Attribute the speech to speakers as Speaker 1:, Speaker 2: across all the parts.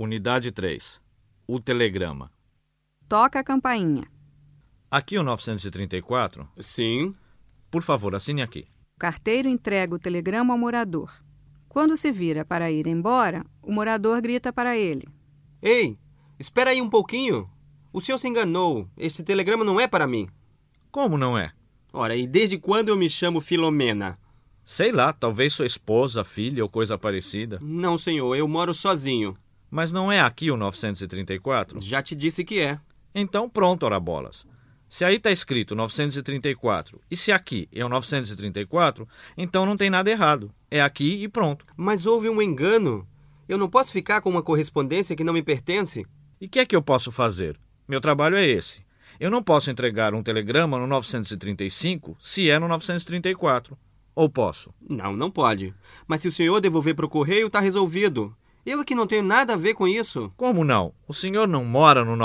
Speaker 1: Unidade 3. O telegrama.
Speaker 2: Toca a campainha.
Speaker 1: Aqui o 934.
Speaker 3: Sim,
Speaker 1: Por favor, assine aqui.
Speaker 2: O carteiro entrega o telegrama ao morador. Quando se vira para ir embora, o morador grita para ele.
Speaker 3: Ei, espera aí um pouquinho. O senhor se enganou. Este telegrama não é para mim.
Speaker 1: Como não é?
Speaker 3: Ora, e desde quando eu me chamo Filomena?
Speaker 1: Sei lá, talvez sua esposa, filha ou coisa parecida.
Speaker 3: Não, senhor, eu moro sozinho.
Speaker 1: Mas não é aqui o 934?
Speaker 3: Já te disse que é.
Speaker 1: Então pronto, ora bolas. Se aí está escrito 934 e se aqui é o 934, então não tem nada errado. É aqui e pronto.
Speaker 3: Mas houve um engano. Eu não posso ficar com uma correspondência que não me pertence.
Speaker 1: E o que é que eu posso fazer? Meu trabalho é esse. Eu não posso entregar um telegrama no 935 se é no 934. Ou posso?
Speaker 3: Não, não pode. Mas se o senhor devolver para o correio, tá resolvido. Eu é que não tenho nada a ver com isso.
Speaker 1: Como não? O senhor não mora no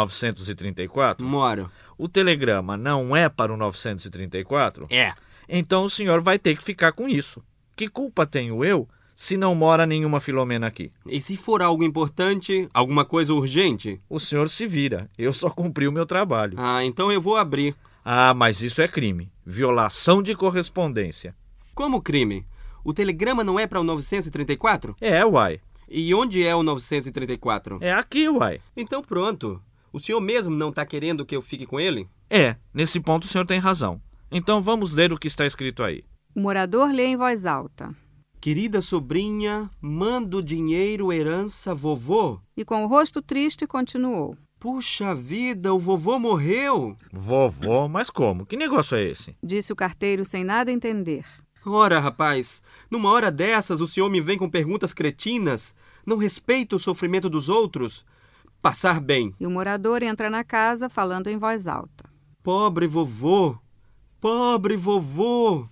Speaker 1: 934?
Speaker 3: Moro.
Speaker 1: O telegrama não é para o 934?
Speaker 3: É.
Speaker 1: Então o senhor vai ter que ficar com isso. Que culpa tenho eu se não mora nenhuma Filomena aqui?
Speaker 3: E se for algo importante, alguma coisa urgente?
Speaker 1: O senhor se vira. Eu só cumpri o meu trabalho.
Speaker 3: Ah, então eu vou abrir.
Speaker 1: Ah, mas isso é crime. Violação de correspondência.
Speaker 3: Como crime? O telegrama não é para o 934?
Speaker 1: É, uai.
Speaker 3: E onde é o 934?
Speaker 1: É aqui, uai.
Speaker 3: Então pronto. O senhor mesmo não está querendo que eu fique com ele?
Speaker 1: É, nesse ponto o senhor tem razão. Então vamos ler o que está escrito aí.
Speaker 2: O morador lê em voz alta
Speaker 3: Querida sobrinha, mando dinheiro, herança, vovô.
Speaker 2: e, com o rosto triste, continuou.
Speaker 3: Puxa vida, o vovô morreu.
Speaker 1: Vovó, mas como? Que negócio é esse?
Speaker 2: Disse o carteiro sem nada entender.
Speaker 3: Ora, rapaz, numa hora dessas o senhor me vem com perguntas cretinas. Não respeita o sofrimento dos outros. Passar bem.
Speaker 2: E o morador entra na casa falando em voz alta.
Speaker 3: Pobre vovô. Pobre vovô.